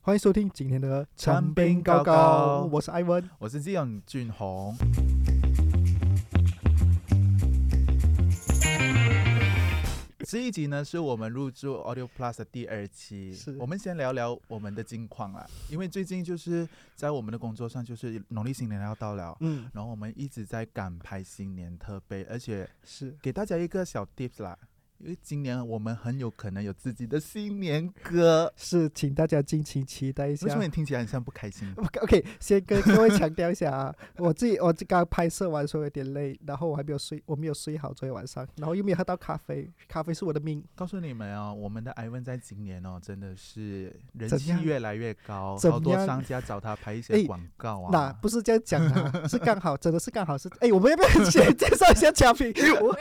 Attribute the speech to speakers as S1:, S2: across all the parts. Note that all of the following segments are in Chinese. S1: 欢迎收听今天的长兵高
S2: 长兵高
S1: 高，
S2: 高
S1: 我是艾文。
S2: 我是 Zion 俊宏。这一集呢，是我们入驻 Audio Plus 的第二期。
S1: 是
S2: 我们先聊聊我们的近况啦，因为最近就是在我们的工作上，就是农历新年要到了，
S1: 嗯，
S2: 然后我们一直在赶拍新年特备，而且
S1: 是
S2: 给大家一个小 tips 啦，因为今年我们很有可能有自己的新年歌。
S1: 是，请大家敬请期待一下
S2: 为什。么你听起来很像不开心？
S1: OK，先跟各位强调一下啊， 我自己我这刚拍摄完，所以有点累，然后我还没有睡，我没有睡好昨天晚上，然后又没有喝到咖啡，咖啡是我的命，
S2: 告诉你们哦，我们的 Ivan 在今年哦，真的是人
S1: 怎
S2: 气
S1: 样
S2: 越来越高，
S1: 怎
S2: 好多
S1: 样
S2: 商家找他拍 一
S1: 哎
S2: 些广告
S1: 那
S2: 啊。
S1: 不是这样讲的啊， 是刚好，真的是刚好是，哎，我们要不要先介绍一下嘉宾？ 我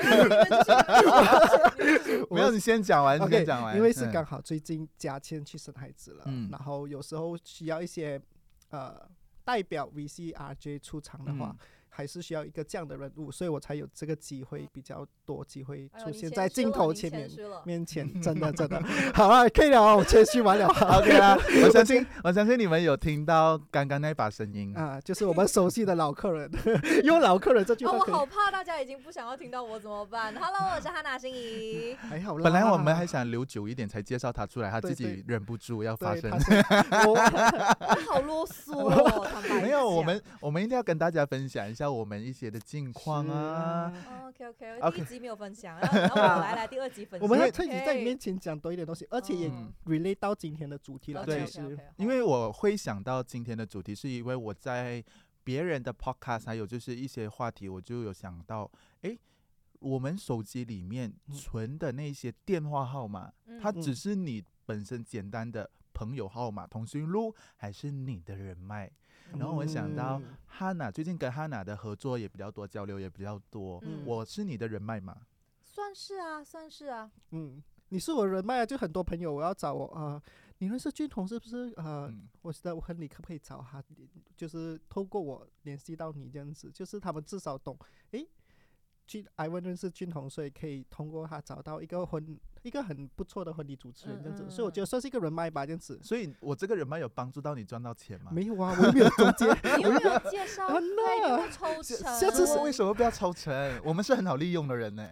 S2: 没有，你先讲完，你
S1: OK，
S2: 先讲完，
S1: 因为是
S2: 嗯
S1: 刚好最近佳倩去生孩子了，
S2: 嗯
S1: 然后有时候需要一些呃代表 VCRJ 出场的话。
S2: 嗯
S1: 还是需要一个这样的人物，所以我才有这个机会，比较多机会
S3: 哎呦
S1: 出
S3: 你
S1: 现
S3: 谦
S1: 在
S3: 虚
S1: 镜
S3: 了
S1: 头
S3: 你
S1: 前面
S3: 谦虚了
S1: 面前， 真的真的好了，可以了啊，我谦虚完了
S2: OK 啦。我相信，我相信你们有听到刚刚那把声 音。
S1: 啊，就是我们熟悉的老客人， 用老客人这句
S3: 啊，
S1: 话
S3: 我
S1: 可以、
S3: 好怕大家已经不想要听到我怎么 办。Hello，我是哈娜心怡。
S1: 还哎好啦。
S2: 本来我们还想留久一点才介绍他出来，他
S1: 对
S2: 自己忍不住要发
S1: 对
S2: 声
S1: 他。是 我
S3: 我好啰嗦、 哦，坦白讲
S2: 没有， 我们我们一定要跟大家分享一下我们一些的近况啊。
S3: OK OK，
S2: OK
S3: 第一集没有分享，然后然后我来来第二集分
S1: 我
S3: 享。
S1: 们
S2: 因
S1: 要
S2: 为
S1: 特意在你面前讲多一点东西，而且也
S2: 嗯
S1: relate 到今天的主题了。
S2: 对
S1: 其实
S2: 因为我会想到今天的主题，是因为我在别人的 podcast，还有就是一些话题，我就有想到，诶，我们手机里面
S1: 嗯
S2: 存的那些电话号码，
S3: 嗯
S2: 它只是你本身简单的朋友号码、通讯录，还是你的人脉？然后我想到
S1: 嗯
S2: Hanna 最近跟 Hanna 的合作也比较多，交流也比较多。
S1: 嗯
S2: 我是你的人脉嘛？
S3: 算是啊，算 是啊，
S1: 嗯，你是我人脉啊，就很多朋友，我要找我啊、呃你认识俊彤是不是？呃，
S2: 嗯，
S1: 我觉得我亨利可不可以找他，就是透过我联系到你这样子，就是他们至少懂，诶，俊艾文认识俊彤，所以可以通过他找到一个婚一个很不错的婚礼主持人这样
S3: 嗯
S1: 子，所以我觉得算是一个人脉吧，这样子。
S2: 所以我这个人脉有帮助到你赚到钱吗？
S1: 没有啊，我又没有中介，
S3: 你有没有介绍？
S1: 啊
S3: 那一定会抽
S2: 这
S3: 成。
S1: 下次是
S2: 啊为什么不要抽成？我们是很好利用的人呢、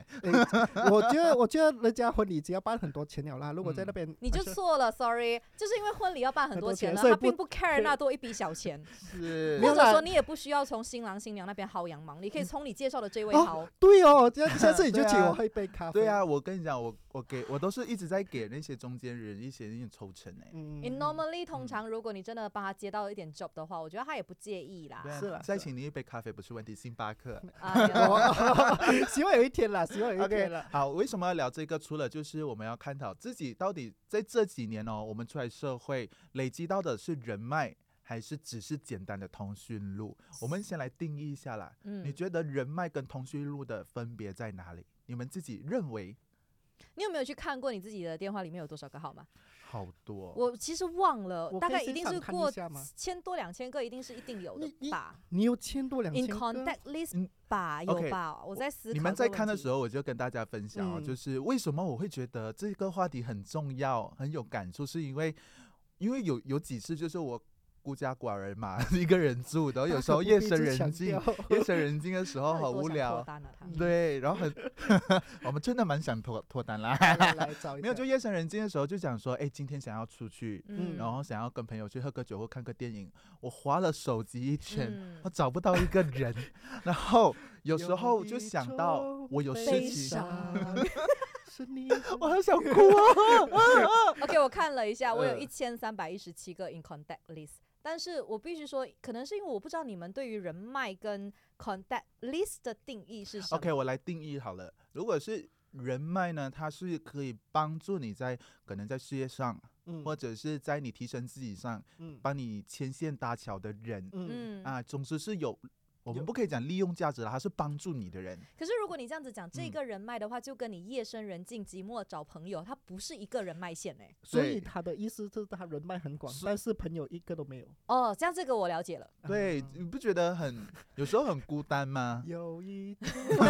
S1: 我觉得我觉得人家婚礼只要办很多钱了啦，如果在
S2: 嗯
S1: 那边、
S3: 你就错了，sorry，就是因为婚礼要办很
S1: 啊很多
S3: 多钱
S1: 钱
S3: 了，
S1: 所以
S3: 他
S1: 不
S3: 并不 care 那多一笔小钱，
S2: 是
S1: 没有
S3: 或
S1: 啦嗯
S3: 者说你也不需要从新郎新娘那边薅羊毛，你可以从你介绍的这位
S1: 哦
S3: 薅。
S1: 对哦，这样 下次你就
S2: 对啊
S1: 请我喝一杯咖啡。
S2: 对，啊，我跟你讲，我我给我都是一直在给那些中间人一些那种抽成哎、
S1: 嗯
S3: In normally 通
S2: 嗯
S3: 常如果你真的帮他接到一点 job 的话，我觉得他也不介意啦。
S2: 对啊，
S1: 是啦
S2: 再
S1: 是啦
S2: 请你一杯咖啡不是问题，星巴克。
S3: 哎呦
S1: 哦希望有一天啦，希望有一 天啦。
S2: 好，为什么要聊这个？除了就是我们要探讨自己到底在这几年哦，我们出来社会累积到的是人脉，还是只是简单的通讯录？我们先来定义一下啦。
S3: 嗯，
S2: 你觉得人脉跟通讯录的分别在哪里？你们自己认为？
S3: 你有没有去看过你自己的电话里面有多少个号码？
S2: 好多，
S3: 我其实忘了
S1: 我，
S3: 大
S1: 可以
S3: 概一
S1: 现
S3: 定
S1: 场
S3: 是
S1: 看一
S3: 过
S1: 下吗
S3: 千多两千个，一定是一定有
S1: 你你
S3: 的吧
S1: 你有千多两
S3: ？In
S1: 千个
S3: contact list
S2: 嗯
S3: 吧，有
S2: OK，
S3: 吧？我在思考。
S2: 你们在看的时
S3: 候，
S2: 候，我就跟大家分享哦，
S1: 嗯
S2: 就是为什么我会觉得这个话题很重要、很有感触，是因为因为有有几次就是我孤家寡人嘛， 一个人住，然 后有时
S3: 啊
S2: 候夜深人静，
S1: 大可 不必
S2: 夜
S1: 去强调
S2: 深人静的时候
S3: 到底
S2: 好
S3: 多
S2: 无
S3: 想脱
S2: 聊，
S3: 单啊他
S1: 嗯
S2: 对，然后很， 我们真的蛮想脱脱单啦，
S1: 来来来找一下，
S2: 没有就夜深人静的时候就想说，哎，今天想要出去，
S1: 嗯
S2: 然后想要跟朋友去喝个酒或看个电影，我划了手机一圈，
S3: 嗯
S2: 我找不到一个人， 然后有时
S1: 有
S2: 候
S1: 一
S2: 就想
S1: 种
S2: 到我有
S1: 悲
S2: 事情
S3: 伤，
S1: 是你
S2: 我好想哭 啊！
S3: OK，我看了一下，我有
S2: 呃
S3: 一千三百一十七个 in contact list，但是我必须说，可能是因为我不知道你们对于人脉跟 contact list 的定义是什么。
S2: OK，我来定义好了，如果是人脉呢，它是可以帮助你在可能在事业上，
S1: 嗯
S2: 或者是在你提升自己上，
S1: 嗯
S2: 帮你牵线搭桥的人、
S1: 嗯
S3: 嗯，
S2: 啊，总之是有。我
S1: 有
S2: 们不可以讲利用价值了，他是帮助你的人，
S3: 可是如果你这样子讲这
S2: 嗯
S3: 个人脉的话，就跟你夜深人静、寂寞找朋友，它不是一个人脉线哎、
S1: 所以
S2: 对
S1: 他的意思就是他人脉很广，
S2: 是
S1: 但是朋友一个都没有。
S3: 哦，这样这个我了解了。
S2: 对
S1: 啊，？
S2: 你不觉得很有时候很孤单吗
S1: 有一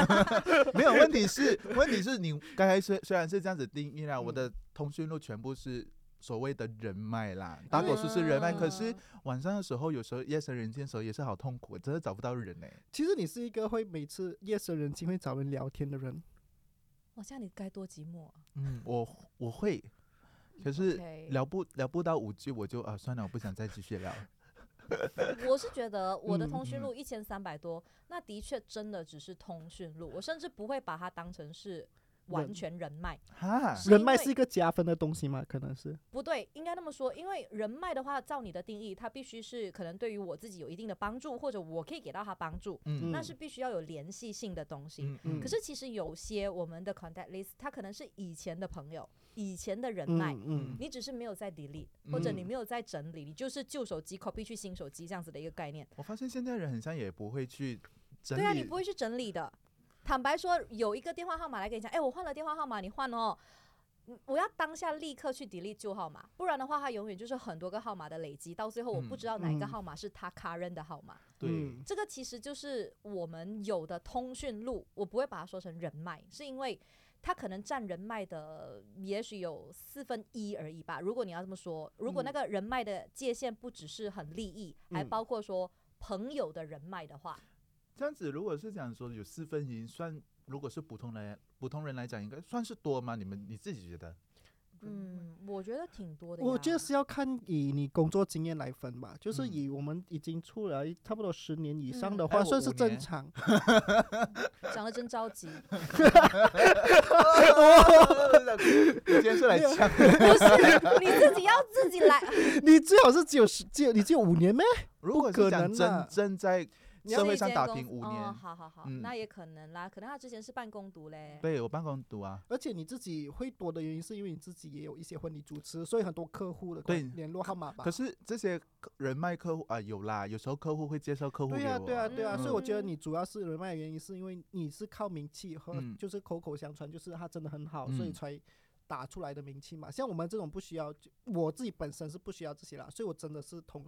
S2: 没有，问题是问题是你刚才虽虽然是这样子定义啦，我的通讯录全部是所谓的人脉啦，打狗叔是人脉，可是
S3: 嗯
S2: 晚上的时候有时候夜深人静的时候也是好痛苦，真的找不到人呢、欸
S1: 其实你是一个会每次夜深人静会找人聊天的人，
S3: 哇，这样你该多寂寞啊！
S2: 嗯，我我会，可是
S3: OK
S2: 聊不聊不到五句我就啊算了，我不想再继续聊。
S3: 我是觉得我的
S1: 嗯
S3: 通讯录一千三百多，那的确真的只是通讯录，我甚至不会把它当成是完
S1: 人
S3: 全人脉。
S2: 哈，
S3: 是
S1: 人
S3: 因
S1: 脉
S3: 为
S1: 是一个加分的东西嘛？可能是
S3: 不对，应该那么说，因为人脉的话，照你的定义，它必须是可能对于我自己有一定的帮助，或者我可以给到他帮助，
S2: 嗯
S3: 那是必须要有联系性的东西。
S2: 嗯嗯
S3: 可是其实有些我们的 contact list，它可能是以前的朋友、以前的人
S1: 嗯
S3: 脉，
S1: 嗯
S3: 你只是没有在 delete，或者你
S1: 嗯
S3: 没有在整理，你就是旧手机 copy 去新手机这样子的一个概念。
S2: 我发现现在人很像也不会去整理，
S3: 对啊，你不会去整理的。坦白说，有一个电话号码来跟你讲，哎，我换了电话号码，你换哦。嗯我要当下立刻去 delete 旧号码，不然的话，它永远就是很多个号码的累积，到最后我
S2: 嗯
S3: 不知道哪一个
S1: 嗯
S3: 号码是他 current 的号码。
S2: 对，
S1: 嗯
S3: 这个其实就是我们有的通讯录，我不会把它说成人脉，是因为它可能占人脉的也许有四分一而已吧。如果你要这么说，如果那
S1: 嗯
S3: 个人脉的界限不只是很利益，还
S1: 嗯
S3: 包括说朋友的人脉的话，
S2: 这样子如果是讲说有四分银，算如果是普通人普通人来讲，应该算是多吗？你们你自己觉得？
S3: 嗯，我觉得挺多的呀。
S1: 我觉得是要看以你工作经验来分吧，就是
S2: 嗯
S1: 以我们已经出来差不多十年以上
S3: 嗯
S1: 的
S2: 哎
S1: 话，
S2: 我
S1: 算
S2: 五
S1: 是正
S2: 年
S1: 常。
S3: 讲的真 着急，
S2: 你今天是来呛的？
S3: 不是你自己要自己 来，
S1: 你最好是只有十，只有你只有五年咩？
S2: 如果
S1: 不
S2: 是
S1: 可
S2: 讲
S1: 能
S2: 真
S1: 啦
S2: 真在
S3: 你要
S2: 社
S3: 是
S2: 会
S3: 一
S2: 上
S3: 间
S2: 打
S3: 公
S2: 拼
S3: 司
S2: 五
S3: 哦，
S2: 年，
S3: 好好好，
S2: 嗯
S3: 那也可能啦，可能他之前是办公读嘞，
S2: 对我办公读啊，
S1: 而且你自己会多的原因，是因为你自己也有一些婚礼主持，所以很多客户的
S2: 对
S1: 关联络号码吧
S2: 可。是这些客人脉客户啊、有啦，有时候客户会介绍客户
S1: 对
S2: 给
S1: 呀、
S2: 我。
S1: 对呀、对呀、所以我觉得
S3: 嗯
S1: 你主要是人脉的原因，是因为你是靠名气和
S2: 嗯
S1: 就是口口相传，就是他真的很好，所以
S2: 嗯
S1: 才打出来的名气嘛。像我们这种不需要，就我自己本身是不需要这些啦，所以我真的是通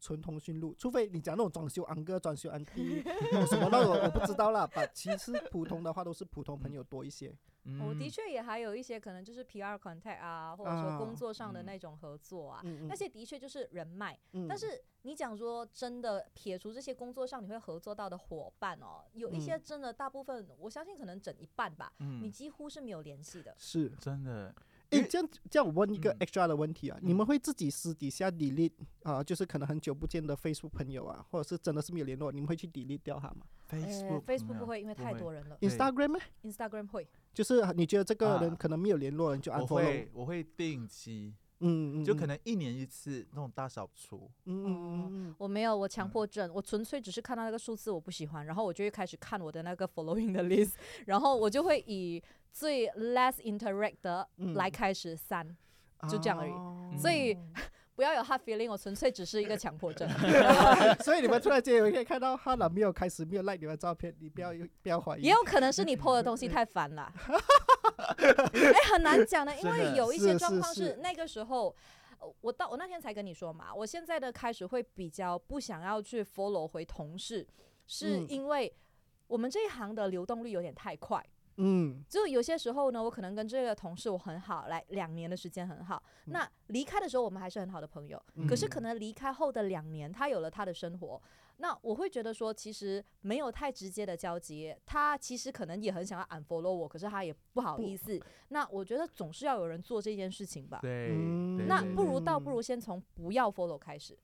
S1: 纯通讯录，除非你讲那种装修安哥、装修安 弟什么那种，我不知道啦。把其实普通的话都是普通朋友多一些。
S2: 嗯
S3: 我的确也还有一些可能就是 PR contact 啊，或者说工
S1: 啊
S3: 作上的
S2: 嗯
S3: 那种合作 啊，
S1: 嗯嗯，
S3: 那些的确就是人脉。
S1: 嗯
S3: 但是你讲说真的，撇除这些工作上你会合作到的伙伴哦，有一些
S1: 嗯
S3: 真的大部分，我相信可能整一半吧，你
S2: 嗯，
S3: 几乎是没有联系的。
S1: 是
S2: 真的因
S1: 诶，
S2: 为
S1: 这样这样，我问一个
S2: 嗯
S1: extra 的问题啊，你们
S2: 嗯
S1: 会自己私底下 delete 啊、就是可能很久不见的 Facebook 朋友啊，或者是真的是没有联络，你们会去 delete 掉他吗
S3: 呃
S2: Facebook
S3: Facebook 不
S2: 不
S3: 会，因为
S2: 不
S3: 太
S2: 会
S3: 多人了。
S2: 对
S1: ？Instagram 呢？
S3: Instagram 会，
S1: 就是你觉得这个人
S2: 啊
S1: 可能没有联络，你就
S2: 我
S1: unfollow，
S2: 会我会定期，
S1: 嗯嗯，
S2: 就可
S1: 嗯
S2: 能一年一次那种大扫除。
S1: 嗯
S3: 哦
S1: 嗯嗯
S3: 我没有，我强
S2: 嗯
S3: 迫症，我纯粹只是看到那个数字我不喜欢，然后我就会开始看我的那个 following 的 list，然后我就会以最 less interact 的
S1: 嗯
S3: 来开始删。
S1: 嗯，
S3: 就这样而已
S2: 哦
S1: 已
S3: 所 以 不要有 hard feeling，我纯粹只是一个强迫症。
S1: 所以你们突然间有一天看到哈娜没有开始没有 like 你们的照片，你不要
S2: 嗯
S1: 不要怀疑
S3: 也。有可能是你 PO 的东西太烦 了，哎、很难讲的，因
S2: 真
S3: 为
S2: 的
S3: 有一些
S1: 是
S3: 状
S1: 是
S3: 况
S1: 是
S3: 是那个时候。呃我到我那天才跟你说嘛，我现在的开始会比较不想要去 follow 回同事，是
S1: 嗯
S3: 因为我们这一行的流动率有点太快。
S1: 嗯
S3: 就有些时候呢，我可能跟这个同事我很好，来两年的时间很好。
S1: 嗯
S3: 那离开的时候，我们还是很好的朋友。可是可能离开后的两年，他有了他的生活，那我会觉得说，其实没有太直接的交集。他其实可能也很想要 unfollow 我，可是他也不好
S1: 不
S3: 意思。那我觉得总是要有人做这件事情吧。
S2: 对，
S1: 嗯
S2: 对
S3: 那
S2: 对
S3: 不
S2: 对
S3: 如倒不
S1: 嗯
S3: 如先从不要 follow 开始，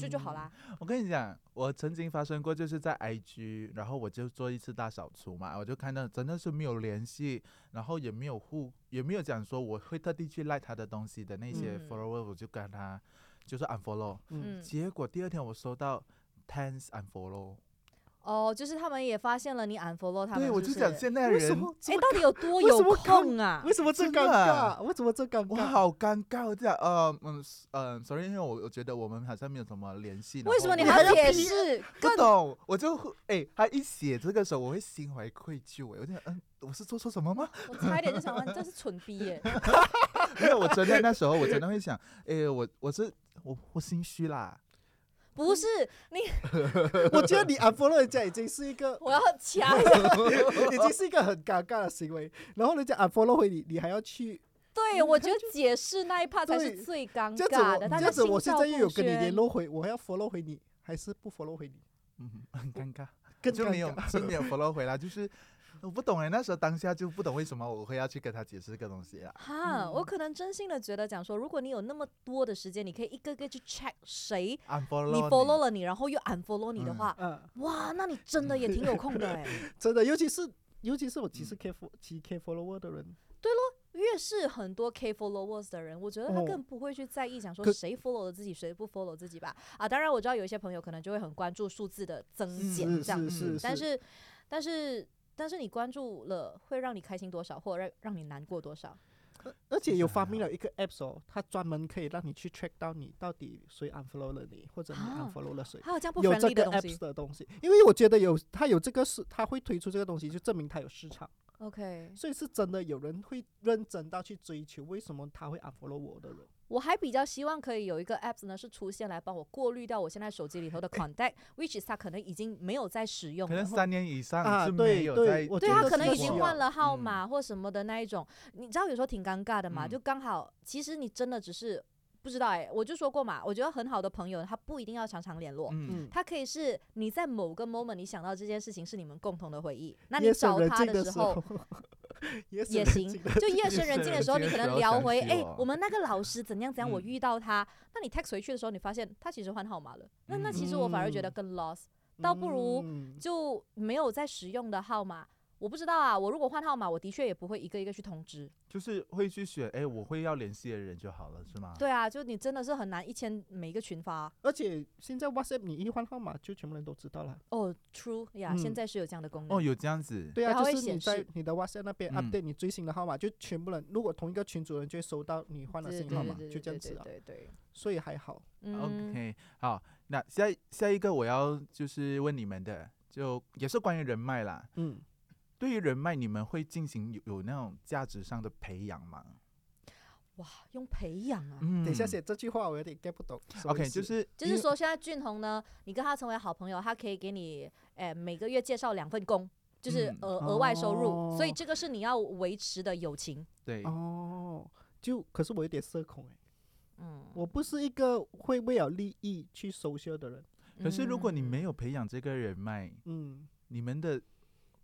S3: 这就好。
S1: 嗯
S3: 啦。
S2: 我跟你讲，我曾经发生过，就是在 IG，然后我就做一次大扫除嘛，我就看到真的是没有联系，然后也没有互，也没有讲说我会特地去赖他的东西的那些
S3: 嗯
S2: follower，、我就跟他就是 unfollow，、
S1: 嗯
S3: 嗯，
S2: 结果第二天我收到 tens unfollow，
S3: 哦，就是他们也发现了你 unfollow 他们，
S2: 对我就是
S3: 不
S2: 讲
S3: 是
S2: 现代
S1: 为什
S2: 人，
S1: 么这
S3: 哎，
S1: 么
S3: 到底有多
S1: 为
S3: 有
S1: 什么看
S3: 空啊？
S1: 为什么这么
S2: 真的
S1: 尴尬？为什么这么尴
S2: 我
S1: 尬？
S2: 好尴尬，我就讲，呃嗯，s- 嗯，sorry，因为我我觉得我们好像没有什么联系，然
S3: 为什么
S2: 后
S3: 你
S2: 我
S3: 还
S1: 还
S3: 要
S1: 要
S3: 解
S1: 逼
S3: 释？
S2: 不
S3: 更
S2: 懂，我就会哎、他一写这个时候，我会心怀愧疚、哎，我就想，嗯，我是做错什么吗？
S3: 我差一点就想问，这是蠢逼耶！
S2: 没有，我真的那时候我真的会想， 哎、我我是我我心虚啦，
S3: 不是你，
S1: 我觉得你 unfollow 人家已经是一个
S3: 我要 掐。
S1: 啊已经是一个很尴尬的行为。然后人家 unfollow 回你，你还要去
S3: 对，我觉得解释那一 part 才是
S1: 嗯对
S3: 最尴
S1: 这样子
S3: 尬
S1: 我
S3: 的。
S1: 这
S3: 大家
S1: 样子
S3: 心
S1: 我现
S3: 照
S1: 在又
S3: 不
S1: 有跟你
S3: 宣
S1: 联络回，我要 follow 回你还是不 follow 回你？
S2: 嗯， 很尴尬，
S1: 更
S2: 就
S1: 尴
S2: 没有
S1: 尬。
S2: 就没有 follow 回来，就是我不懂哎，那时候当下就不懂为什么我会要去跟他解释这个东西啦。
S3: 哈，我
S1: 嗯
S3: 可能真心的觉得讲说，如果你有那么多的时间，你可以一个个去 check 谁
S2: unfollow
S3: 你 follow 了你，然后又 unfollow 你的
S2: 嗯
S3: 话，
S1: 嗯，
S3: 哇，那你真的也挺有空的 哎。
S1: 真的，尤其是尤其是我
S2: 嗯
S1: 其实 K 其 K follower 的人，
S3: 越是很多 K followers 的人，我觉得他
S1: 哦
S3: 更不会去在意讲说
S1: 可
S3: 谁 follow 了自己，谁不 follow 自己吧。啊，当然我知道有一些朋友可能就会很关注数字的增
S2: 嗯
S3: 减
S1: 是
S3: 这
S1: 是
S3: 样
S2: 子
S1: 是，
S3: 但是，但是，但是你关注了，会让你开心多少，或让让你难过多少？
S1: 而且
S2: 其
S1: 有
S2: 实
S1: 发
S2: 还
S1: 明
S2: 好
S1: 了一个 app s 哦，它专门可以让你去 check 到你到底谁 unfollow 了你，或者你
S3: 啊
S1: unfollow 了谁。
S3: 还有这样不
S1: 有这
S3: friendly 的
S1: 个
S3: 东
S1: apps
S3: 西。
S1: 的东西，因为我觉得有它有这个是，它会推出这个东西，就证明它有市场，
S3: OK，
S1: 所以是真的有人会认真到去追求为什么他会 unfollow 我的人。
S3: 我还比较希望可以有一个 apps 呢，是出现来帮我过滤掉我现在手机里头的
S1: 哎
S3: contact，which is 它可能已经没有在使用
S2: 可
S3: 了，
S2: 能
S3: 或
S2: 三年以上
S1: 啊
S2: 是
S1: 对
S2: 没有
S1: 对
S2: 在，
S1: 我
S3: 对
S1: 觉
S3: 他
S1: 得
S3: 可
S1: 是
S3: 能已
S1: 需
S3: 经
S1: 要
S3: 换了号
S2: 嗯
S3: 码或什么的那一种，你知道有时候挺尴尬的嘛，
S2: 嗯
S3: 就刚好其实你真的只是不知道哎、我就说过嘛，我觉得很好的朋友他不一定要常常联络。
S2: 嗯，
S3: 他可以是你在某个 moment 你想到这件事情是你们共同的回忆，那你
S1: 夜深
S3: 找
S1: 人
S3: 他
S1: 静的
S3: 时候，
S1: 也是
S3: 也行
S1: 人静的。
S3: 就夜深人静的时候，
S2: 夜深人静的
S3: 你可能
S2: 时
S3: 聊
S2: 候
S3: 回
S2: 想起
S3: 哎、
S1: 哦
S2: 我
S3: 我们那个老师怎样怎样，我
S2: 嗯
S3: 遇到他，那你 text 回去的时候，你发现他其实换号码了，那那其实我反而觉得
S1: 嗯
S3: 更 lost。倒不如
S1: 嗯
S3: 就没有在使用的号码。我不知道啊，我如果换号码，我的确也不会一个一个去通知。
S2: 就是会去选哎，我会要联系的人就好了，是吗？
S3: 对啊，就你真的是很难一千每一个群发啊、
S1: 而且现在 WhatsApp 你一换号码就全部人都知道了。
S3: 哦、t r u e 呀、
S1: 嗯
S3: 现在是有这样的功能。
S2: 哦，有这样子，
S1: 对
S3: 对它
S1: 啊，
S3: 会
S1: 就是
S3: 显
S1: 你
S3: 示
S1: 在你的 WhatsApp 那边
S2: 嗯
S1: update 你最新的号码，就全部人如果同一个群主人就会收到你换了
S3: 对
S1: 新
S3: 对
S1: 号
S3: 对
S1: 码，
S3: 对
S1: 就这样子
S3: 对
S1: 啊。
S3: 对对对，
S1: 所以还好，
S3: 嗯
S2: OK，好，那下一下一个我要就是问你们的，就也是关于人脉啦。
S1: 嗯，
S2: 对于人脉，你们会进行有有那种价值上的培养吗？
S3: 哇，用培养啊。
S2: 嗯
S1: 等一下写这句话我有点 get 不懂。什么
S2: OK，
S1: 意
S2: 就
S1: 思
S2: 是
S3: 就
S2: 因
S3: 是
S2: 为
S3: 说，现在俊宏呢，你跟他成为好朋友，他可以给你，诶、每个月介绍两份工，就是
S2: 嗯
S3: 额额外收入，所以
S1: 哦
S3: 这个是你要维持的友情。
S2: 对，
S1: 哦，就可是我有点社恐哎、
S3: 嗯，
S1: 我不是一个会为了利益去 social 的人。
S2: 可是如果你没
S3: 嗯
S2: 有培养这个人脉，
S1: 嗯，
S2: 你们的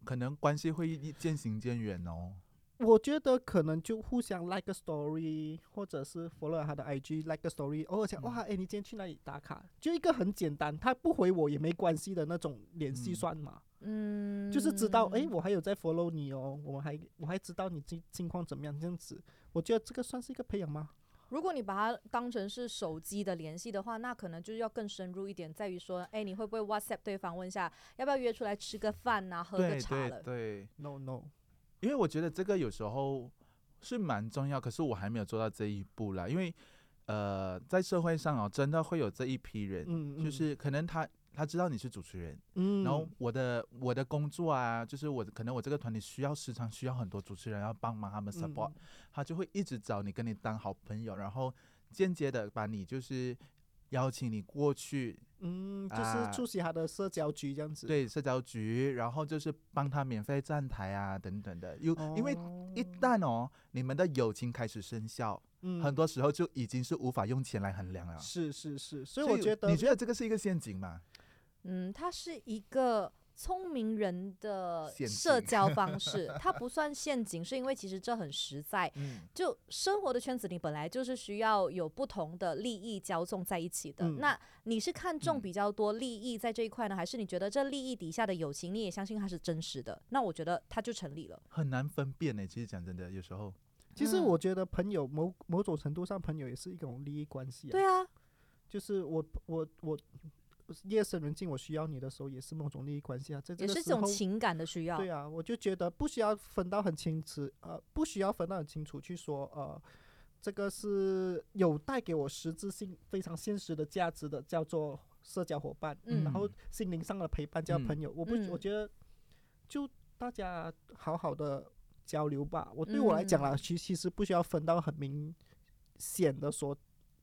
S2: 可能关系会一渐行渐远哦。
S1: 我觉得可能就互相 like 个 story，或者是 follow 了他的 IG like 个 story，偶尔想、
S2: 嗯
S1: 哇，哎，你今天去哪里打卡？就一个很简单，他不回我也没关系的那种联系
S2: 嗯
S1: 算嘛。
S3: 嗯，
S1: 就是知道，诶，我还有在 follow 你哦，我还我还知道你近近况怎么样这样子，我觉得这个算是一个培养吗？
S3: 如果你把它当成是手机的联系的话，那可能就是要更深入一点，在于说，哎，你会不会 WhatsApp 对方问一下，要不要约出来吃个饭呐、喝个
S2: 对
S3: 茶
S2: 对
S3: 了？
S2: 对，
S1: No no，
S2: 因为我觉得这个有时候是蛮重要，可是我还没有做到这一步啦。因为呃，在社会上哦，真的会有这一批人，
S1: 嗯，
S2: 就
S1: 嗯
S2: 是可能他他知道你是主持人，
S1: 嗯，
S2: 然后我的我的工作啊，就是我的可能我这个团体需要时常需要很多主持人要帮忙他们 support，、他就会一直找你跟你当好朋友，然后间接的把你就是邀请你过去
S1: 嗯，嗯
S2: 啊
S1: 就是出席他的社交局这样子，
S2: 对社交局，然后就是帮他免费站台啊等等的，有
S1: 哦，
S2: 因为一旦哦你们的友情开始生效，很多时候就已经是无法用钱来衡量了
S1: 嗯。是是是，所以我觉得
S2: 你觉得这个是一个陷阱吗？
S3: 嗯，它是一个聪明人的
S2: 陷
S3: 社
S2: 阱
S3: 交方式，它不算陷阱，是因为其实这很实在。
S2: 嗯，
S3: 就生活的圈子里本来就是需要有不同的利益交纵在一起的。
S1: 嗯
S3: 那你是看重
S2: 嗯
S3: 比较多利益在这一块呢，还是你觉得这利益底下的友情你也相信它是真实的？那我觉得它就成立了。
S2: 很难分辨呢、其实讲真的，有时候
S1: 其实
S3: 嗯
S1: 我觉得朋友某某种程度上，朋友也是一种利益关系啊，
S3: 对啊，
S1: 就是我我我。夜深人静，我需要你的时候，也是某种利益关系啊。在这
S3: 也
S1: 个
S3: 是
S1: 时
S3: 这种
S1: 候，
S3: 情感的需要。
S1: 对啊，我就觉得不需要分到很清楚，呃，不需要分到很清楚去说，呃，这个是有带给我实质性非常现实的价值的，叫做社交伙伴，
S3: 嗯
S1: 然后心灵上的陪伴叫
S2: 嗯
S1: 朋友。我不，我
S3: 嗯
S1: 觉得就大家好好的交流吧。我对我来
S3: 嗯
S1: 讲啦，其其实不需要分到很明显的说。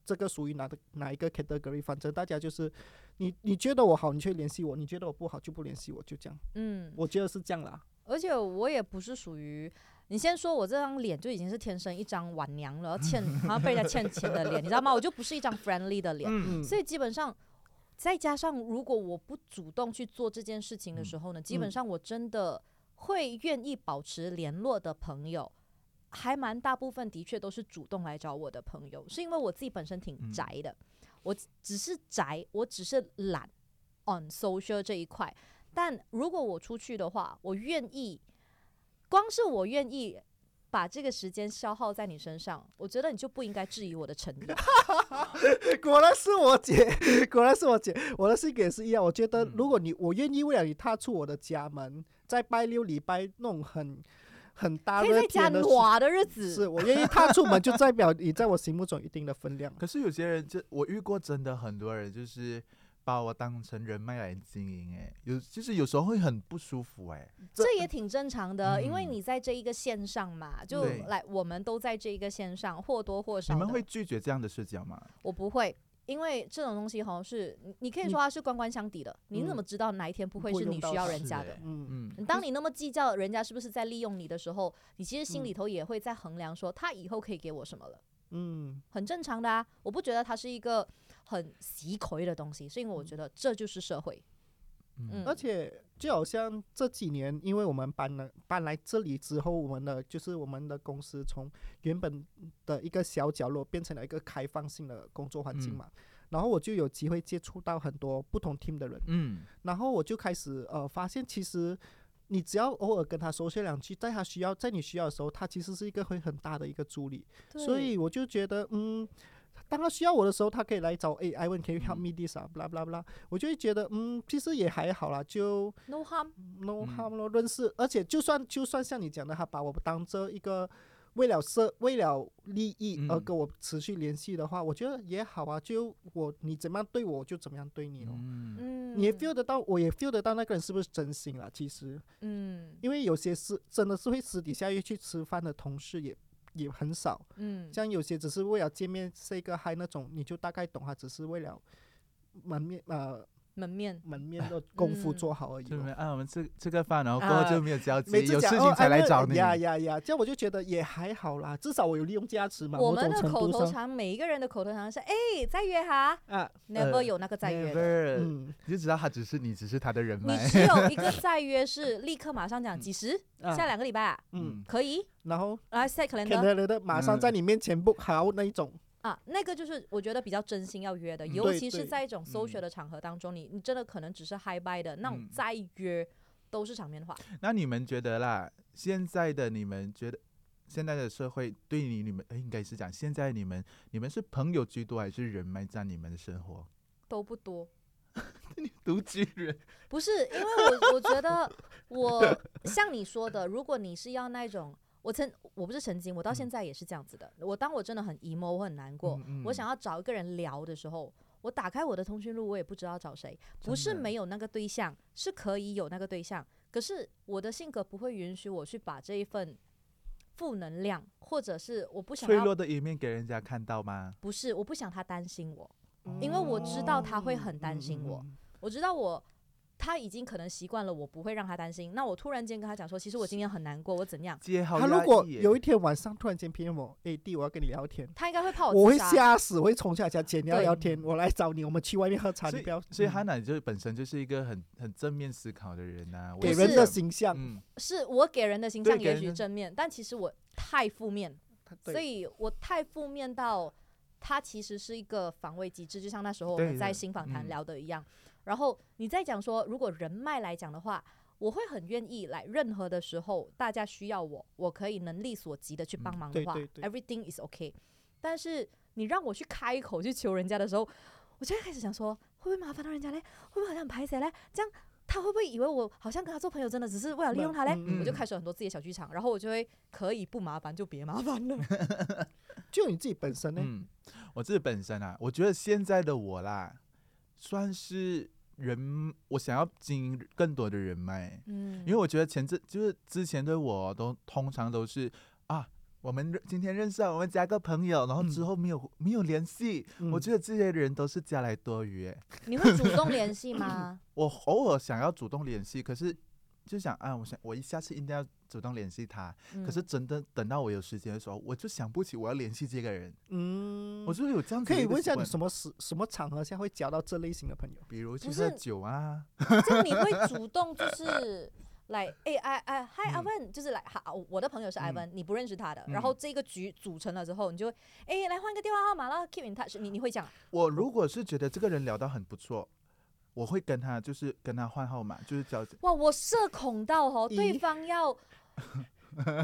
S1: 这个属于哪个哪一个 category？反正大家就是，你你觉得我好，你就联系我；你觉得我不好，就不联系我，就这样。
S3: 嗯，
S1: 我觉得是这样啦。
S3: 而且我也不是属于你先说我这张脸就已经是天生一张晚娘了， 欠好像被人家欠钱的脸，你知道吗？我就不是一张 friendly 的脸，
S2: 嗯，
S3: 所以基本上。再加上，如果我不主动去做这件事情的时候呢，基本上我真的会愿意保持联络的朋友，还蛮大部分的确都是主动来找我的朋友，是因为我自己本身挺
S2: 嗯
S3: 宅的，我只是宅，我只是懒 on social 这一块。但如果我出去的话，我愿意，光是我愿意把这个时间消耗在你身上，我觉得你就不应该质疑我的诚意。
S1: 果然是我姐， 果然是我姐，我的性格也是一样。我觉得
S2: 嗯
S1: 如果你我愿意为了你踏出我的家门，在拜六礼拜弄很很大
S3: 可以在
S1: 热
S3: 家
S1: 天的事，
S3: 暖的日子，
S1: 是我愿意踏出门，就代表你在我心目中一定的分 量。
S2: 可是有些人，这我遇过真的很多人，就是把我当成人脉来经营，哎，有就是有时候会很不舒服，哎，
S3: 这也挺正常的，因为
S2: 嗯
S3: 你在这一个线上嘛，就
S2: 对
S3: 来我们都在这一个线上，或多或少
S2: 你
S3: 的。
S2: 们会拒绝这样的社交吗？
S3: 我不会，因为这种东西好像是你你可以说它是官官相抵的，你怎么知道哪一天不
S1: 嗯
S3: 会
S1: 不
S3: 是
S1: 用
S3: 你
S1: 到
S3: 需要
S1: 是
S3: 人家
S2: 欸
S3: 的？
S1: 嗯，
S2: 嗯，
S3: 当你那么计较人家是不是在利用你的时候，你其实心
S1: 嗯
S3: 里头也会在衡量说他以后可以给我什么了，
S1: 嗯，
S3: 很正常的啊。我不觉得它是一个很奇亏的东西，是因为我
S1: 嗯
S3: 觉得这就是社会。嗯
S1: 而且就好像这几年，因为我们搬了搬来这里之后，我们的就是我们的公司从原本的一个小角落变成了一个开放性的工作环境
S2: 嗯
S1: 嘛，然后我就有机会接触到很多不同 team 的人。
S2: 嗯
S1: 然后我就开始呃发现，其实你只要偶尔跟他说些两句，在他需要在你需要的时候，他其实是一个会很大的一个助力。所以我就觉得，嗯，当他需要我的时候，他可以来找，哎，I want can you
S2: 嗯
S1: help me this 啊，blah blah blah，我就会觉得，嗯，其实也还好啦，就
S3: no harm，
S1: no
S2: 嗯
S1: harm 咯，认识，而且就算就算像你讲的，他把我当这一个。为了社，为了利益而
S2: 嗯
S1: 跟我持续联系的话，我觉得也好啊。就我你怎么样对我，我就怎么样对你咯。
S2: 嗯
S3: 嗯，
S1: 你也 feel 得到，我也 feel 得到那个人是不是真心啦。其实，
S3: 嗯
S1: 因为有些是真的是会私底下约去吃饭的同事也也很少，
S3: 嗯，
S1: 像有些只是为了见面 say 个 hi 那种，你就大概懂他只是为了门面呃
S3: 门面。
S1: 门面的功夫
S3: 嗯
S1: 做好而已
S2: 就
S1: 咯。
S2: 没啊，我们吃吃个饭，然后过后
S1: 啊
S2: 就没有交集，
S1: 每次
S2: 有事
S1: 讲
S2: 情
S1: 哦
S2: 才来
S1: 哎
S2: 找你。
S1: 呀呀呀，这样我就觉得也还好啦，至少我有利用价值嘛，
S3: 我
S1: 某
S3: 们
S1: 种
S3: 的
S1: 程
S3: 口
S1: 度
S3: 头
S1: 上
S3: 禅，每一个人的口头禅是：哎、再约哈
S1: 啊，
S3: ，never 有那个再约的。
S2: Never，
S1: 嗯
S2: 你就知道他只是你，只是他的人
S3: 你
S2: 脉。
S3: 只有一个再约是立刻马上讲，几时？
S1: 啊
S3: 下两个礼拜啊，
S1: 嗯，
S3: 可以？
S1: 然后
S3: 来 set calendar
S1: 肯德的马上在你面前 book 好那一种，
S3: 啊，那个就是我觉得比较真心要约的，
S2: 嗯
S3: 尤
S1: 对
S3: 其是
S1: 对
S3: 在一种
S2: 嗯
S3: social 的场合当中，你你真的可能只是 hi bye 的那种
S2: 嗯
S3: 再约都是场面话。
S2: 那你们觉得啦，现在的你们觉得，现在的社会对你你们，哎，应该是讲现在你们，你们是朋友居多还是人脉占你们的生活？
S3: 都不多，
S2: 独居人，
S3: 不是因为我我 觉得我像你说的，如果你是要那种，我曾我不是曾经，我到
S1: 嗯
S3: 现在也是这样子的。我当我真的很 emo，我很难过，
S2: 嗯
S3: 我想要找一个人聊的时候，我打开我的通讯录，我也不知道找谁。
S2: 真
S3: 不是
S2: 的
S3: 没有那个对象，是可以有那个对象，可是我的性格不会允许我去把这一份负能量，或者是我不想
S2: 脆
S3: 要，
S2: 弱的一面给人家看到吗？
S3: 不是我不想他担心我，因为我知道他会很担心我，
S1: 嗯
S3: 我知道我。他已经可能习惯了，我不会让他担心。那我突然间跟他讲说，其实我今天很难过，我怎样？
S2: 街好
S1: 他
S2: 压
S1: 如果
S2: 抑耶
S1: 有一天晚上突然间 PM 我，哎弟，我要跟你聊天，
S3: 他应该会怕
S1: 我会
S3: 自杀。
S1: 吓死，我会冲下家姐你要
S3: 哦啊对
S1: 聊天，我来找你，我们去外面喝茶，
S2: 所
S1: 你
S2: 以
S1: 不要。
S2: 所以
S1: 嗯
S2: 哈娜就是本身就是一个很很正面思考的人呐、我
S1: 给
S2: 也
S1: 人
S2: 是
S1: 的
S2: 这
S1: 形象，
S2: 样嗯，
S3: 是我给人的形
S2: 对
S3: 象
S2: 给
S3: 也
S2: 人
S3: 许
S2: 的
S3: 正面，但其实我太负面，
S1: 他对
S3: 所以我太负面到，它其实是一个防卫机制，就像那时候我
S2: 对
S3: 们在
S2: 的
S3: 新访谈
S2: 嗯
S3: 聊的一样。然后你再讲说，如果人脉来讲的话，我会很愿意来任何的时候，大家需要我，我可以能力所及的去帮
S2: 嗯
S3: 忙
S1: 对
S3: 的话、
S1: 对对
S3: e v e r y t h i n g is okay。但是你让我去开口去求人家的时候，我就会开始想说，会不会麻烦到人家嘞？会不会好像很排谁嘞？这样他会不会以为我好像跟他做朋友，真的只是为了利用他嘞？
S1: 嗯
S3: 我
S2: 嗯
S3: 就开始有很多自己的小剧场，然后我就会可以不麻烦就别麻烦了。
S1: 就你自己本身呢，
S2: 嗯，我自己本身啊，我觉得现在的我啦，算是人，我想要经营更多的人脉，
S3: 嗯，
S2: 因为我觉得前阵就是之前的我都通常都是啊。我们认今天认识啊，我们加个朋友，然后之
S1: 嗯
S2: 后没有、没有联系，我觉
S1: 得
S2: 得这些人都是家来多余耶。
S3: 你会主动联系吗？
S2: 我偶尔想要主动联系，可是就想啊，我想我一下次一定要主动联系他。
S3: 嗯
S2: 可是真的等到我有时间的时候，我就想不起我要联系这个人。
S1: 嗯，
S2: 我就是有这样子
S1: 可
S2: 的
S1: 以
S2: 个
S1: 问一
S2: 习
S1: 下你
S2: 惯
S1: 什么时什么场合下会交到这类型的朋友？
S2: 比如去
S3: 不
S2: 喝
S3: 是
S2: 酒啊，
S3: 这样你会主动就是来哎哎哎嗨
S2: 嗯
S3: Ivan，就是来好，我的朋友是
S2: 嗯
S3: Ivan，你不认识他的，
S2: 嗯
S3: 然后这个局组成了之后，你就会哎来换个电话号码啦，keep in touch，你你会讲
S2: 我如果是觉得这个人聊到很不错，我会跟他就是跟他换号码，就是交
S3: 哇，我社恐到哦，
S1: 咦
S3: 对方要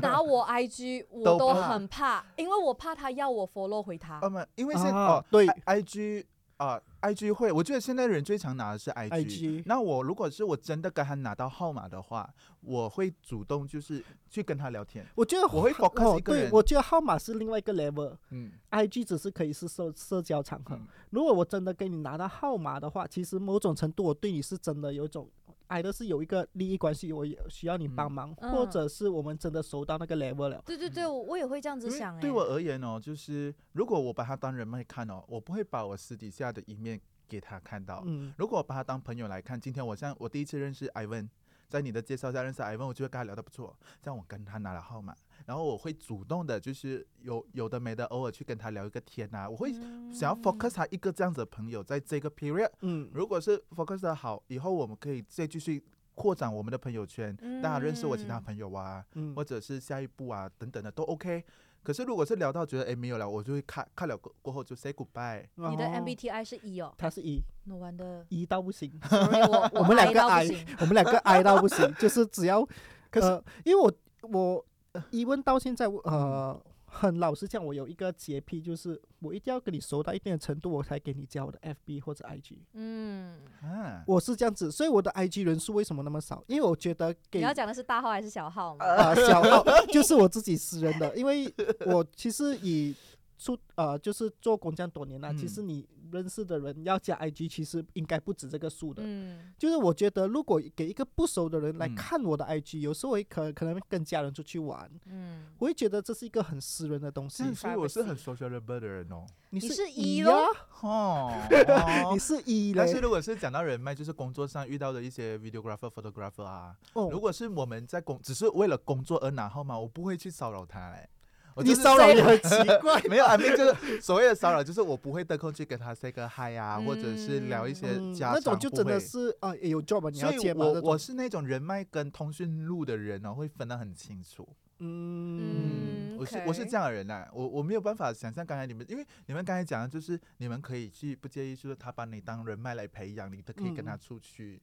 S3: 拿我 IG，我
S2: 都
S3: 都
S2: 怕
S3: 很怕，因为我怕他要我 follow 回他
S2: 啊。嘛，因为现在、
S1: 啊
S2: 哦
S1: 对
S2: ，I G 啊、i G 会，我觉得现在人最常拿的是 I
S1: IG
S2: 那我如果是我真的跟他拿到号码的话，我会主动就是去跟他聊天。
S1: 我觉得
S2: 我会 focus
S1: 哦
S2: 一，个
S1: 对，
S2: 人
S1: 我觉得号码是另外一个 level。
S2: 嗯，
S1: IG 只是可以是社社交场合，
S2: 嗯
S1: 如果我真的跟你拿到号码的话，其实某种程度我对你是真的有一种，挨的是有一个利益关系，我也需要你帮忙，
S3: 嗯
S1: 或者是我们真的熟到那个 level 了。
S3: 对对对，我我也会这样子
S2: 嗯因
S3: 想哎、
S2: 为对我而言哦，就是如果我把他当人脉看哦，我不会把我私底下的一面给他看到。
S1: 嗯，
S2: 如果我把他当朋友来看，今天我像我第一次认识 Ivan，在你的介绍下认识 Ivan，我就会跟他聊得不错。这样我跟他拿了号码，然后我会主动的，就是有有的没的，偶尔去跟他聊一个天啊。我会想要 focus 他一个这样子的朋友，在这个 period，
S1: 嗯，
S2: 如果是 focus 的好，以后我们可以再继续扩展我们的朋友圈，
S3: 嗯
S2: 大家认识我其他朋友啊，
S1: 嗯
S2: 或者是下一步啊等等的都 OK。可是如果是聊到觉得哎诶没有了，我就会看看了过过后就 say goodbye。
S3: 你的
S1: 哦
S3: MBTI 是 E 哦
S1: 他是一。
S3: ，No wonder
S1: 一到不行，
S3: Sorry，我
S1: 我们两
S3: I
S1: 个
S3: 到不
S1: I
S3: 行
S1: 我们两个挨到不行，就是只要，
S2: 可是呃
S1: 呃、因为我我一问到现在，我呃，
S2: 嗯
S1: 很老实讲，我有一个洁癖，就是我一定要跟你熟到一定的程度，我才给你加我的 FB 或者 IG，
S3: 嗯，
S2: 啊，
S1: 我是这样子，所以我的 IG 人数为什么那么少？因为我觉得
S3: 你
S1: 给
S3: 要
S1: 啊、
S3: 讲的是大号还是小号
S2: 呃
S3: 嘛？
S1: 小号就是我自己私人的，因为我其实以出呃就是做工匠多年了、其
S2: 嗯
S1: 实你认识的人要加 IG，其实应该不止这个数的。
S3: 嗯，
S1: 就是我觉得，如果给一个不熟的人来
S2: 嗯
S1: 看我的 IG，、有时候我也可可能跟家人出去玩，
S3: 嗯，
S1: 我会觉得这是一个很私人的东西
S2: 这。样所以我是很
S3: privacy
S2: socialable 的人哦。
S1: 你
S3: 你
S1: 是
S3: 是 E
S1: 呀、
S3: 咯
S2: 哦，
S1: 你是一、
S2: 但
S1: 嘞
S2: 是。如果是讲到人脉，就是工作上遇到的一些 videographer、photographer 啊，如
S1: 哦，
S2: 果是我们在工只是为了工作而拿号码，我不会去骚扰他嘞。我
S1: 你
S2: 就是
S1: 骚扰也
S2: 。
S1: 很奇怪
S2: 没有，I mean 就是所谓的骚扰，就是 我不会得空去跟他 say 个 hi 啊，或者是聊一些
S1: 嗯，
S2: 家常、
S1: 那种就真的
S2: 不会
S1: 是啊、呃有 job 啊你要
S2: 所以
S1: 接吗？
S2: 我
S1: 那种
S2: 我是那种人脉跟通讯录的人呢、哦会分得很清楚。
S1: 嗯，
S3: 嗯
S2: 我是我是
S3: OK
S2: 这样的人呐、我我没有办法想象刚才你们，因为你们刚才讲的就是你们可以去不介意，就是他把你当人脉来培养，你都可以跟他
S1: 嗯
S2: 出去。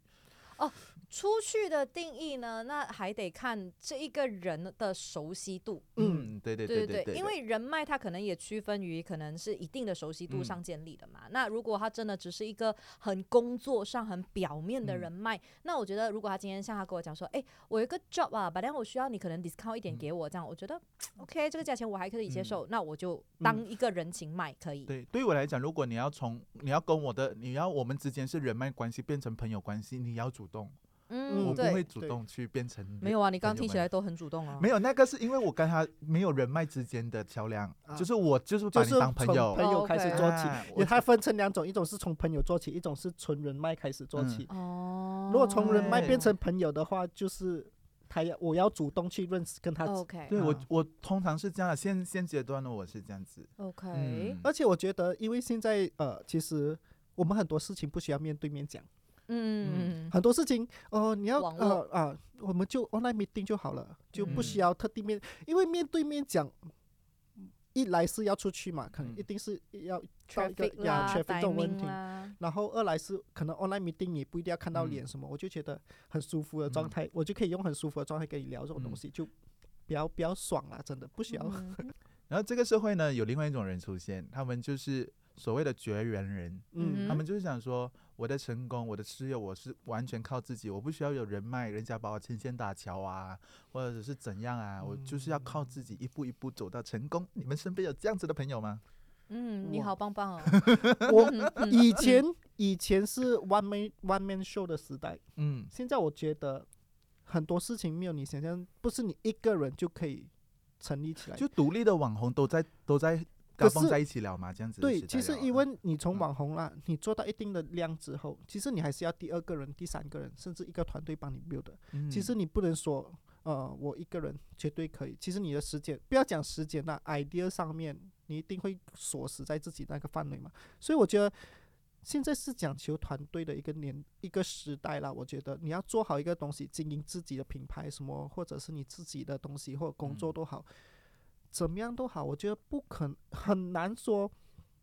S3: 出去的定义呢，那还得看这一个人的熟悉度。
S1: 嗯
S2: 嗯，对对
S3: 对
S2: 对
S3: 对，因为人脉它可能也区分于可能是一定的熟悉度
S2: 嗯
S3: 上建立的嘛。那如果他真的只是一个很工作上很表面的
S2: 嗯
S3: 人脉，那我觉得如果他今天像他跟我讲说，哎，我有一个 job 啊，本来我需要你可能 discount 一点
S2: 嗯
S3: 给我，这样我觉得 OK，这个价钱我还可以接
S2: 嗯
S3: 受，那我就当一个人情卖可以。
S2: 对，对于我来讲，如果你要从你要跟我的，你要我们之间是人脉关系变成朋友关系，你要主动，我
S3: 嗯，
S2: 不
S3: 对，
S2: 会主
S1: 对
S2: 动去变成
S3: 没有啊，你刚刚
S2: 朋友
S3: 听起
S2: 们
S3: 来都很主动啊。
S2: 没有那个是因为我跟他没有人脉之间的桥梁，
S1: 啊
S2: 就是我就是
S1: 就
S2: 把你
S1: 是
S2: 当
S1: 从
S2: 朋友
S1: 朋。友开始
S3: 哦，OK
S1: 做起。
S2: 啊
S1: 也
S2: 我
S1: 它分成两种，一种是从朋友做起，一种是从人脉开始做
S2: 嗯
S1: 起。
S3: 哦，
S1: 如果从人脉变
S2: 哦
S1: 成朋友的话，就是他要我要主动去认识跟他。
S3: OK
S2: 对我
S1: 啊
S2: 我通常是这样的，现现阶段呢我是这样子。
S3: OK，、
S2: 嗯，
S1: 而且我觉得，因为现在呃，其实我们很多事情不需要面对面讲，
S3: 嗯，
S1: 很多事情哦、呃你要
S3: 网
S1: 呃啊，我们就 online meeting 就好了，就不需
S2: 嗯
S1: 要特地面，因为面对面讲。一来是要出去嘛，可能
S2: 嗯
S1: 一定是要到一个
S3: traffic
S1: 呀
S3: 啦
S1: traffic 这种
S3: timing
S1: 问题，
S3: 啦
S1: 然后二来是可能 online meeting 也不一定要看到
S2: 嗯
S1: 脸什么，我就觉得很舒服的
S3: 嗯
S1: 状态，我就可以用很舒服的状态跟你聊这种东
S2: 嗯
S1: 西，就比较比较爽啦，真的不需要。
S3: 嗯
S2: 然后这个社会呢，有另外一种人出现，他们就是所谓的绝缘人，
S1: 嗯
S2: 他
S3: 嗯
S2: 们就是想说，我的成功、我的事业，我是完全靠自己，我不需要有人脉，人家把我牵线搭桥啊，或者是怎样啊，我就是要靠自
S1: 嗯
S2: 己一步一步走到成功。你们身边有这样子的朋友吗？
S3: 嗯，你
S1: 哇
S3: 好棒棒哦，
S1: 我
S3: 嗯嗯
S1: 以前以前是 one man one man show 的时代，
S2: 嗯，
S1: 现在我觉得很多事情没有你想象，不是你一个人就可以成立起来。
S2: 就独立的网红都在都在嘎
S1: 可
S2: 蹦
S1: 是
S2: 在一起了嘛，这样子的
S1: 对，
S2: 时
S1: 其
S2: 代
S1: 实
S2: 了
S1: 因为你从
S2: 嗯
S1: 网红啦，你做到一定的量之后，其实你还是要第二个人、第三个人，甚至一个团队帮你 build 的。其
S2: 嗯
S1: 实你不能说，呃，我一个人绝对可以。其实你的时间，不要讲时间啦，idea 上面你一定会锁死在自己那个范围嘛。所以我觉得现在是讲求团队的一个年一个时代啦。我觉得你要做好一个东西，经营自己的品牌什么，或者是你自己的东西或者工作
S2: 嗯
S1: 都好，怎么样都好，我觉得不可很难说。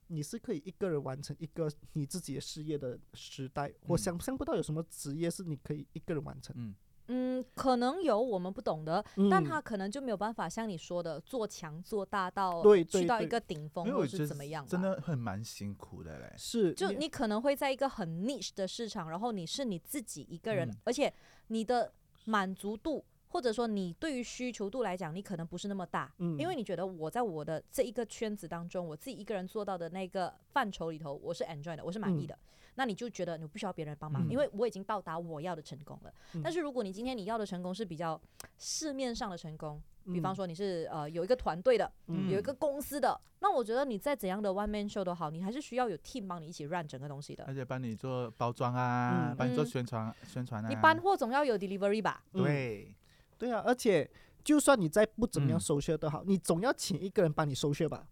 S1: 你是可以一个人完成一个你自己的事业的时代，我
S2: 嗯
S1: 想象不到有什么职业是你可以一个人完成。
S3: 嗯，可能有我们不懂的，
S1: 嗯
S3: 但他可能就没有办法像你说的做强做大到
S1: 对对
S3: 去到一
S1: 对
S3: 个顶峰
S2: 因为
S3: 或
S2: 我
S3: 者
S2: 觉得
S3: 是怎么样吧。啊
S2: 真的很蛮辛苦的嘞。
S1: 是，
S3: 就你可能会在一个很 niche 的市场，然后你是你自己一个人，
S2: 嗯
S3: 而且你的满足度或者说你对于需求度来讲，你可能不是那么大，
S1: 嗯
S3: 因为你觉得我在我的这一个圈子当中，我自己一个人做到的那个范畴里头，我是 enjoy 的，我是满意
S1: 嗯
S3: 的，那你就觉得你不需要别人帮忙，
S2: 嗯
S3: 因为我已经到达我要的成功了。
S1: 嗯
S3: 但是如果你今天你要的成功是比较市面上的成功，比方
S1: 嗯
S3: 说你是呃有一个团队的，
S1: 嗯
S3: 有一个公司的，那我觉得你再怎样的 one man show 都好，你还是需要有 team 帮你一起 run 整个东西的
S2: 而。且帮你做包装啊，
S1: 嗯
S2: 帮你做
S3: 嗯
S2: 宣传、宣传啊。
S3: 你搬货总要有 delivery 吧？
S1: 嗯
S2: 对，
S1: 对啊，而且就算你再不怎么样
S2: 嗯
S1: 收削都好，你总要请一个人帮你收削 吧。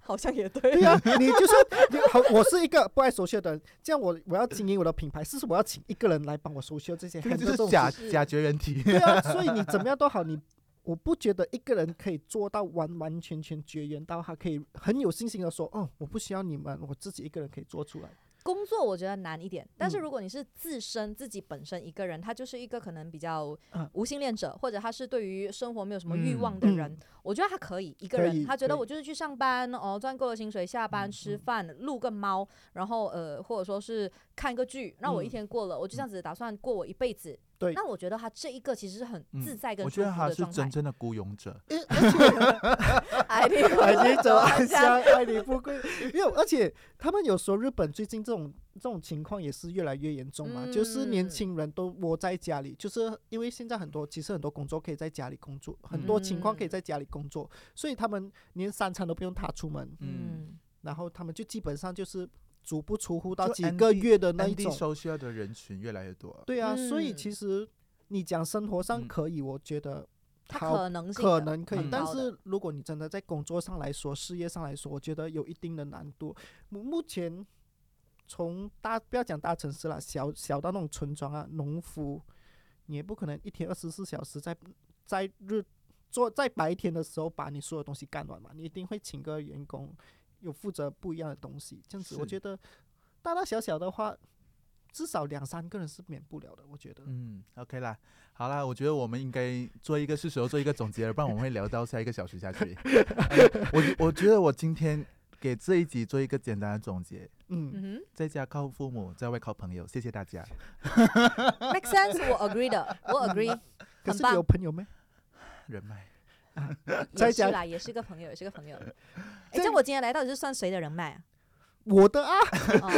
S3: 好像也对。
S1: 对呀、啊你就算你好，我是一个不爱收削的人，这样我我要经营我的品牌，是不是我要请一个人来帮我收削这些？
S2: 这个
S1: 很多这
S2: 就是
S1: 种
S2: 假
S1: 事
S3: 事
S2: 假觉人体。
S1: 对啊，所 以你怎么样都好，你我不觉得一个人可以做到完完全全绝缘到他可以很有信心的说，哦，我不需要你们，我自己一个人可以做出来。
S3: 工作我觉得难一点，但是
S1: 嗯
S3: 如果你是自身自己本身一个人，他就是一个可能比较
S1: 嗯
S3: 无性恋者，或者他是对于生活没有什么欲
S2: 嗯
S3: 望的人，
S1: 嗯
S3: 我觉得他可以一个
S1: 可
S3: 人，
S1: 以
S3: 他觉得
S1: 可以
S3: 我就是去上班哦，赚够了薪水，下班
S2: 嗯
S3: 吃
S2: 嗯
S3: 饭，撸个猫，然后呃，或者说是看个剧，那我一
S1: 嗯
S3: 天过了，我就这样子打算过我一辈子。
S1: 对
S3: 那我觉得他这一个其实是很
S2: 嗯
S3: 自在跟
S2: 我
S3: 舒
S2: 觉得
S3: 服
S2: 他
S3: 的
S2: 是
S3: 状态
S2: 真。正的孤勇者，
S3: 哎，你
S1: 爱你走暗
S3: 香
S1: 香，爱你不归。因为而且他们有说日本最近这种这种情况也是越来越严重嘛，就是年
S3: 嗯
S1: 轻人都窝在家里，就是因为现在很多其实很多工作可以在家里工作，很多情况可以
S3: 嗯
S1: 在家里工作，所以他们连三餐都不用踏出门，
S2: 嗯，
S3: 嗯，
S1: 然后他们就基本上就是足不出户到
S2: 就
S1: 几
S2: ND
S1: 个月的那
S2: 当
S1: 一
S2: 地
S1: 种。
S2: 收需要的人群越来越多。
S1: 对啊，所以
S3: 嗯
S1: 其实你讲生活上
S2: 嗯
S1: 可以，我觉得
S3: 他
S1: 好
S3: 可能性
S1: 可
S3: 的
S1: 能可以
S2: 很，
S1: 但
S3: 高的
S1: 是如果你真的在工作上来说，事业上来说，我觉得有一定的难度。目目前从大不要讲大城市啦，小小到那种村庄啊，农夫你也不可能一天二十四小时在在日做在白天的时候把你所有东西干完嘛，你一定会请个员工有负责不一样的东西，这样子我
S2: 是
S1: 觉得大大小小的话，至少两三个人是免不了的，我觉得。
S2: 嗯，OK 啦，好啦，我觉得我们应该做一个是时候做一个总结了，不然我们会聊到下一个小时下 去。哎我觉我觉得我今天给这一集做一个简单的总结，
S1: 嗯
S3: 嗯哼。
S2: 在家靠父母，在外靠朋友，谢谢大家。
S3: make sense，我 agree 的， 我 agree，
S1: 可
S3: 很
S1: 是
S3: 棒
S1: 你有朋友没？
S2: 人脉，
S1: 在
S3: 也是
S1: 家
S3: 啦，也是个朋友，也是个朋友。 哎，
S1: 在
S3: 这样我今天来到底是算谁的 人脉啊？哦
S1: 我的啊，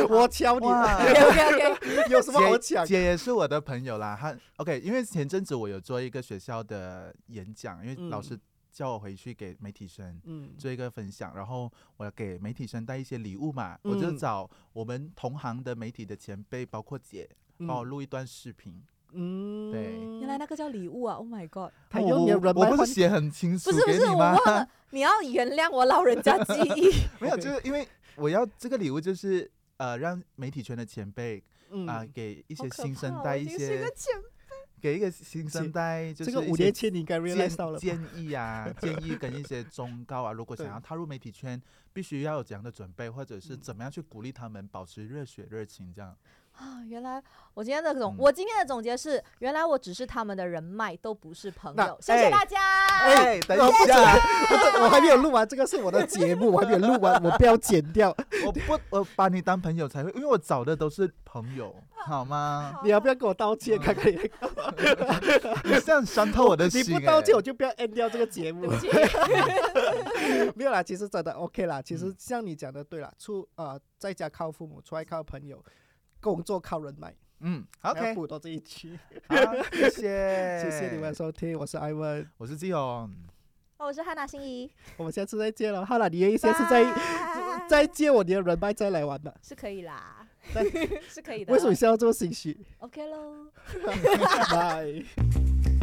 S1: 我敲你。
S3: OK OK OK，
S1: 有什么好
S2: 姐
S1: 讲？
S2: 姐也是我的朋友啦。她 OK，因为前阵子我有做一个学校的演讲，因为老
S1: 嗯
S2: 师叫我回去给媒体生
S1: 嗯
S2: 做一个分享，然后我要给媒体生带一些礼物嘛，我就
S1: 嗯
S2: 找我们同行的媒体的前辈，包括姐，帮我录一段视频。
S1: 嗯，
S2: 哦对
S3: 原来那个叫礼物啊！Oh my god，
S1: 他
S2: 哦我
S1: 用你的人
S2: 我
S1: 脉
S2: 不
S1: 换
S2: 是写很清楚
S3: 不是不
S2: 给
S3: 是，
S2: 你
S3: 我
S2: 吗
S3: 忘？了，你要原谅我老人家记 忆。
S2: 没有，
S1: OK
S2: 就是因为我要这个礼物就是。呃，让媒体圈的前辈
S1: 嗯
S2: 啊、给一
S3: 好
S2: 些
S3: 可
S2: 新
S3: 怕哦
S2: 生
S3: 我
S2: 带
S3: 已
S2: 一
S3: 经是
S2: 些
S3: 个， 前
S2: 给一个新生代，就
S1: 这
S2: 是
S1: 个
S2: 一
S1: 五
S2: 些
S1: 年前你应该 realize 到了吧，
S2: 建议啊，建议跟一些忠告啊，如果想
S1: 对
S2: 要踏入媒体圈，必须要有怎样的准备，或者是
S1: 嗯
S2: 怎么样去鼓励他们保持热血热情， 这样。
S3: 啊！原来我今天的总
S2: 嗯，
S3: 我今天的总结是，原来我只是他们的人脉，都不是朋
S1: 那
S3: 友。谢谢
S1: 哎
S3: 大家。
S2: 哎，等一下，
S1: 我这我还没有录完， 这个是我的节目，我还没有录完，我不要剪掉。
S2: 我不，我把你当朋友才会，因为我找的都是 朋友，好吗？
S1: 你要不要跟我道 歉？
S2: 嗯
S1: 看看你，
S2: 你这样伤透我的
S1: 你
S2: 心、
S1: 不道歉，我
S2: 哎
S1: 就不要 end 掉这个节目
S3: 对。不起，
S1: 没有啦，其实真的 OK 啦。其
S2: 嗯
S1: 实像你讲的，对啦，出啊、呃在家靠父母，出外靠朋友，工作靠人脉。
S2: 嗯
S1: 我要
S2: ，OK，哎
S1: 补多这一期。
S2: 好，谢谢，
S1: 谢谢你们的，收听，我是艾文。
S2: 我是基勇。
S3: 哦我是汉娜心怡，
S1: 我们下次再见了。好了，你也下次再
S3: 拜
S1: 再借我你的人脉再来玩的。
S3: 是可以啦
S1: 但，
S3: 是可以的。
S1: 为什么你笑得这么心虚？
S3: ？OK 喽。
S1: 拜。